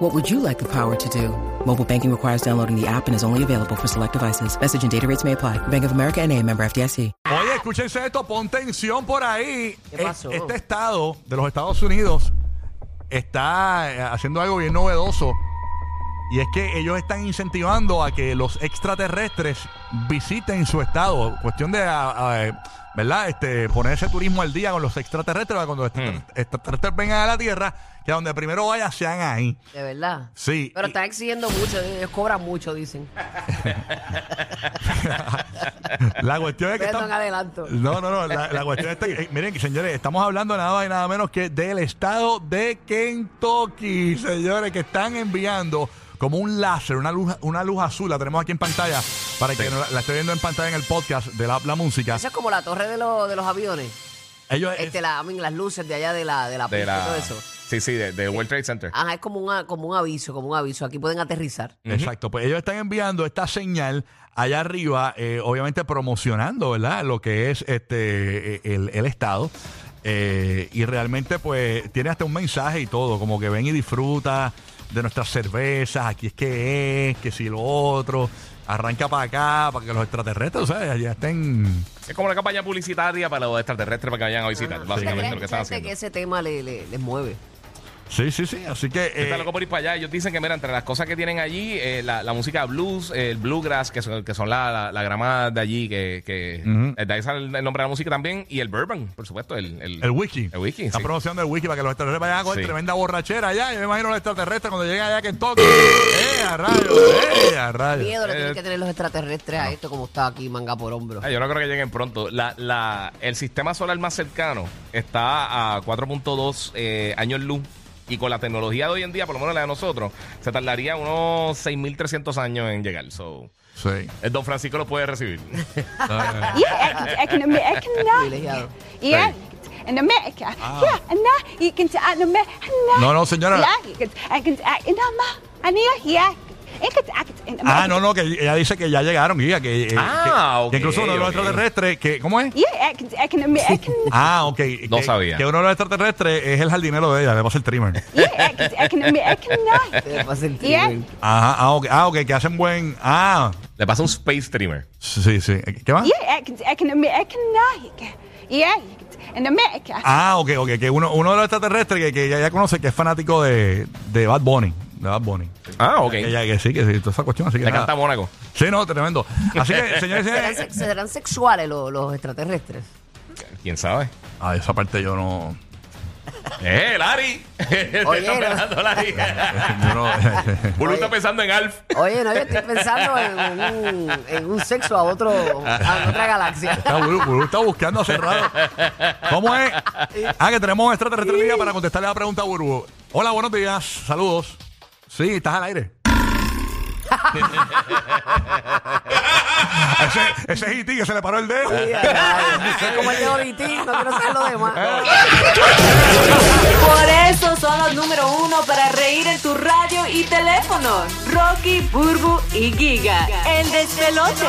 What would you like the power to do? Mobile banking requires downloading the app and is only available for select devices. Message and data rates may apply. Bank of America and a member FDIC. Oye, escúchense esto, pon tensión por ahí. ¿Qué pasó? E- Este estado de los Estados Unidos está eh, haciendo algo bien novedoso. Y es que ellos están incentivando a que los extraterrestres visiten su estado. Cuestión de, a- a, eh, ¿verdad? Este, ponerse turismo al día con los extraterrestres. para Cuando los extraterrestres- extraterrestres vengan a la Tierra, que a donde primero vayan sean ahí. De verdad. Sí. Pero Y- están exigiendo mucho, ellos cobran mucho, dicen. La cuestión es que... Perdón, están- adelanto. No, no, no. La, la cuestión es que, eh, miren, señores, estamos hablando nada más y nada menos que del estado de Kentucky, señores, que están enviando como un láser, una luz, una luz azul, la tenemos aquí en pantalla, para que no la, la esté viendo en pantalla en el podcast de la, la música. Eso es como la torre de, los- de los aviones. Ellos, es- Este, la, I mean, las luces de allá de la, de la de pista y todo la eso. Ah. sí sí de, de World Trade Center Ajá, es como, una, como un aviso, como un aviso. Aquí pueden aterrizar. Exacto, pues ellos están enviando esta señal allá arriba, eh, obviamente promocionando, ¿verdad? Lo que es este eh, el, el estado. Eh, y realmente, pues, tiene hasta un mensaje y todo, como que ven y disfruta de nuestras cervezas, aquí es que es, que si lo otro, arranca para acá, para que los extraterrestres, o sea, ya estén... es como una campaña publicitaria para los extraterrestres para que vayan a visitar básicamente Hay lo que están gente haciendo que ese tema le- le- les mueve. Sí, sí, sí, así que... Está eh, loco por ir para allá. Ellos dicen que, mira, entre las cosas que tienen allí, eh, la, la música blues, eh, el bluegrass, que son, que son la, la, la grama de allí, que, que eh, Ujú. de ahí sale el nombre de la música también, y el bourbon, por supuesto, el, el, El wiki. El wiki, Está sí. promocionando el wiki para que los extraterrestres vayan a coger Sí. tremenda borrachera allá. Yo me imagino los extraterrestres cuando lleguen allá que en Tokio. ¡Eh, a rayos! ¡Eh, a rayos! Miedo le Eh, tienen que tener los extraterrestres a esto como está aquí, manga por hombro. Ah, yo no creo que lleguen pronto. La, la, el sistema solar más cercano está a 4.2 eh, años luz. Y con la tecnología de hoy en día, por lo menos la de nosotros, se tardaría unos 6.300 años en llegar. So, Sí. Ah, el don Francisco lo puede recibir. yeah, I can admit, I Privilegiado. can Yeah, and a mech. Yeah, and now you can tell and a mech. Ah. No, no, señora. Yeah, I can tell and a mech. And yeah, yeah. It could act in a Ah, no, no, que ella dice que ya llegaron, guía, que, eh, Ah, que- ok, que incluso uno de los ok. extraterrestres, que, ¿cómo es? Yeah, I can, I can admit, I can. Ah, ok. No que, sabía. Que uno de los extraterrestres es el jardinero de ella, le pasa el trimmer. Yeah, I can, I can admit, I can. Te pasa el Yeah. tiro. Ajá, ah, ok, ah, ok, que hacen buen. Ah, Le pasa un space streamer. sí, sí. ¿Qué más? Yeah, I can, I can admit, I can. Yeah, and a mech. Ah, ok, ok, que uno, uno de los extraterrestres que, que ella ya conoce que es fanático de, de Bad Bunny. De Bad Bunny. Ah, ok. Ella que sí, que sí, toda esa cuestión. Así que Le nada. canta Mónaco. Sí, no, tremendo. Así que, señores, y ¿Serán, señores. sex- serán sexuales los, los extraterrestres? ¿Quién sabe? Ah, esa parte yo no. ¡Eh, Lari! Te Oye, está no. esperando, Lari. yo no- Bulu está pensando en Alf. Oye, no, yo estoy pensando en un, en un sexo a otro a otra galaxia. Está, Buru- Buru está buscando hace rato. ¿Cómo es? Ah, que tenemos un extraterrestre en línea para contestarle la pregunta a Buru. Hola, buenos días. Saludos. Sí, estás al aire. ese, ese es E.T. que se le paró el dedo. Sí, ay, ay, soy como el de Oritín, no quiero ser lo demás. Por eso son los número uno para reír en tu radio y teléfono. Rocky, Burbu y Giga. El despelote.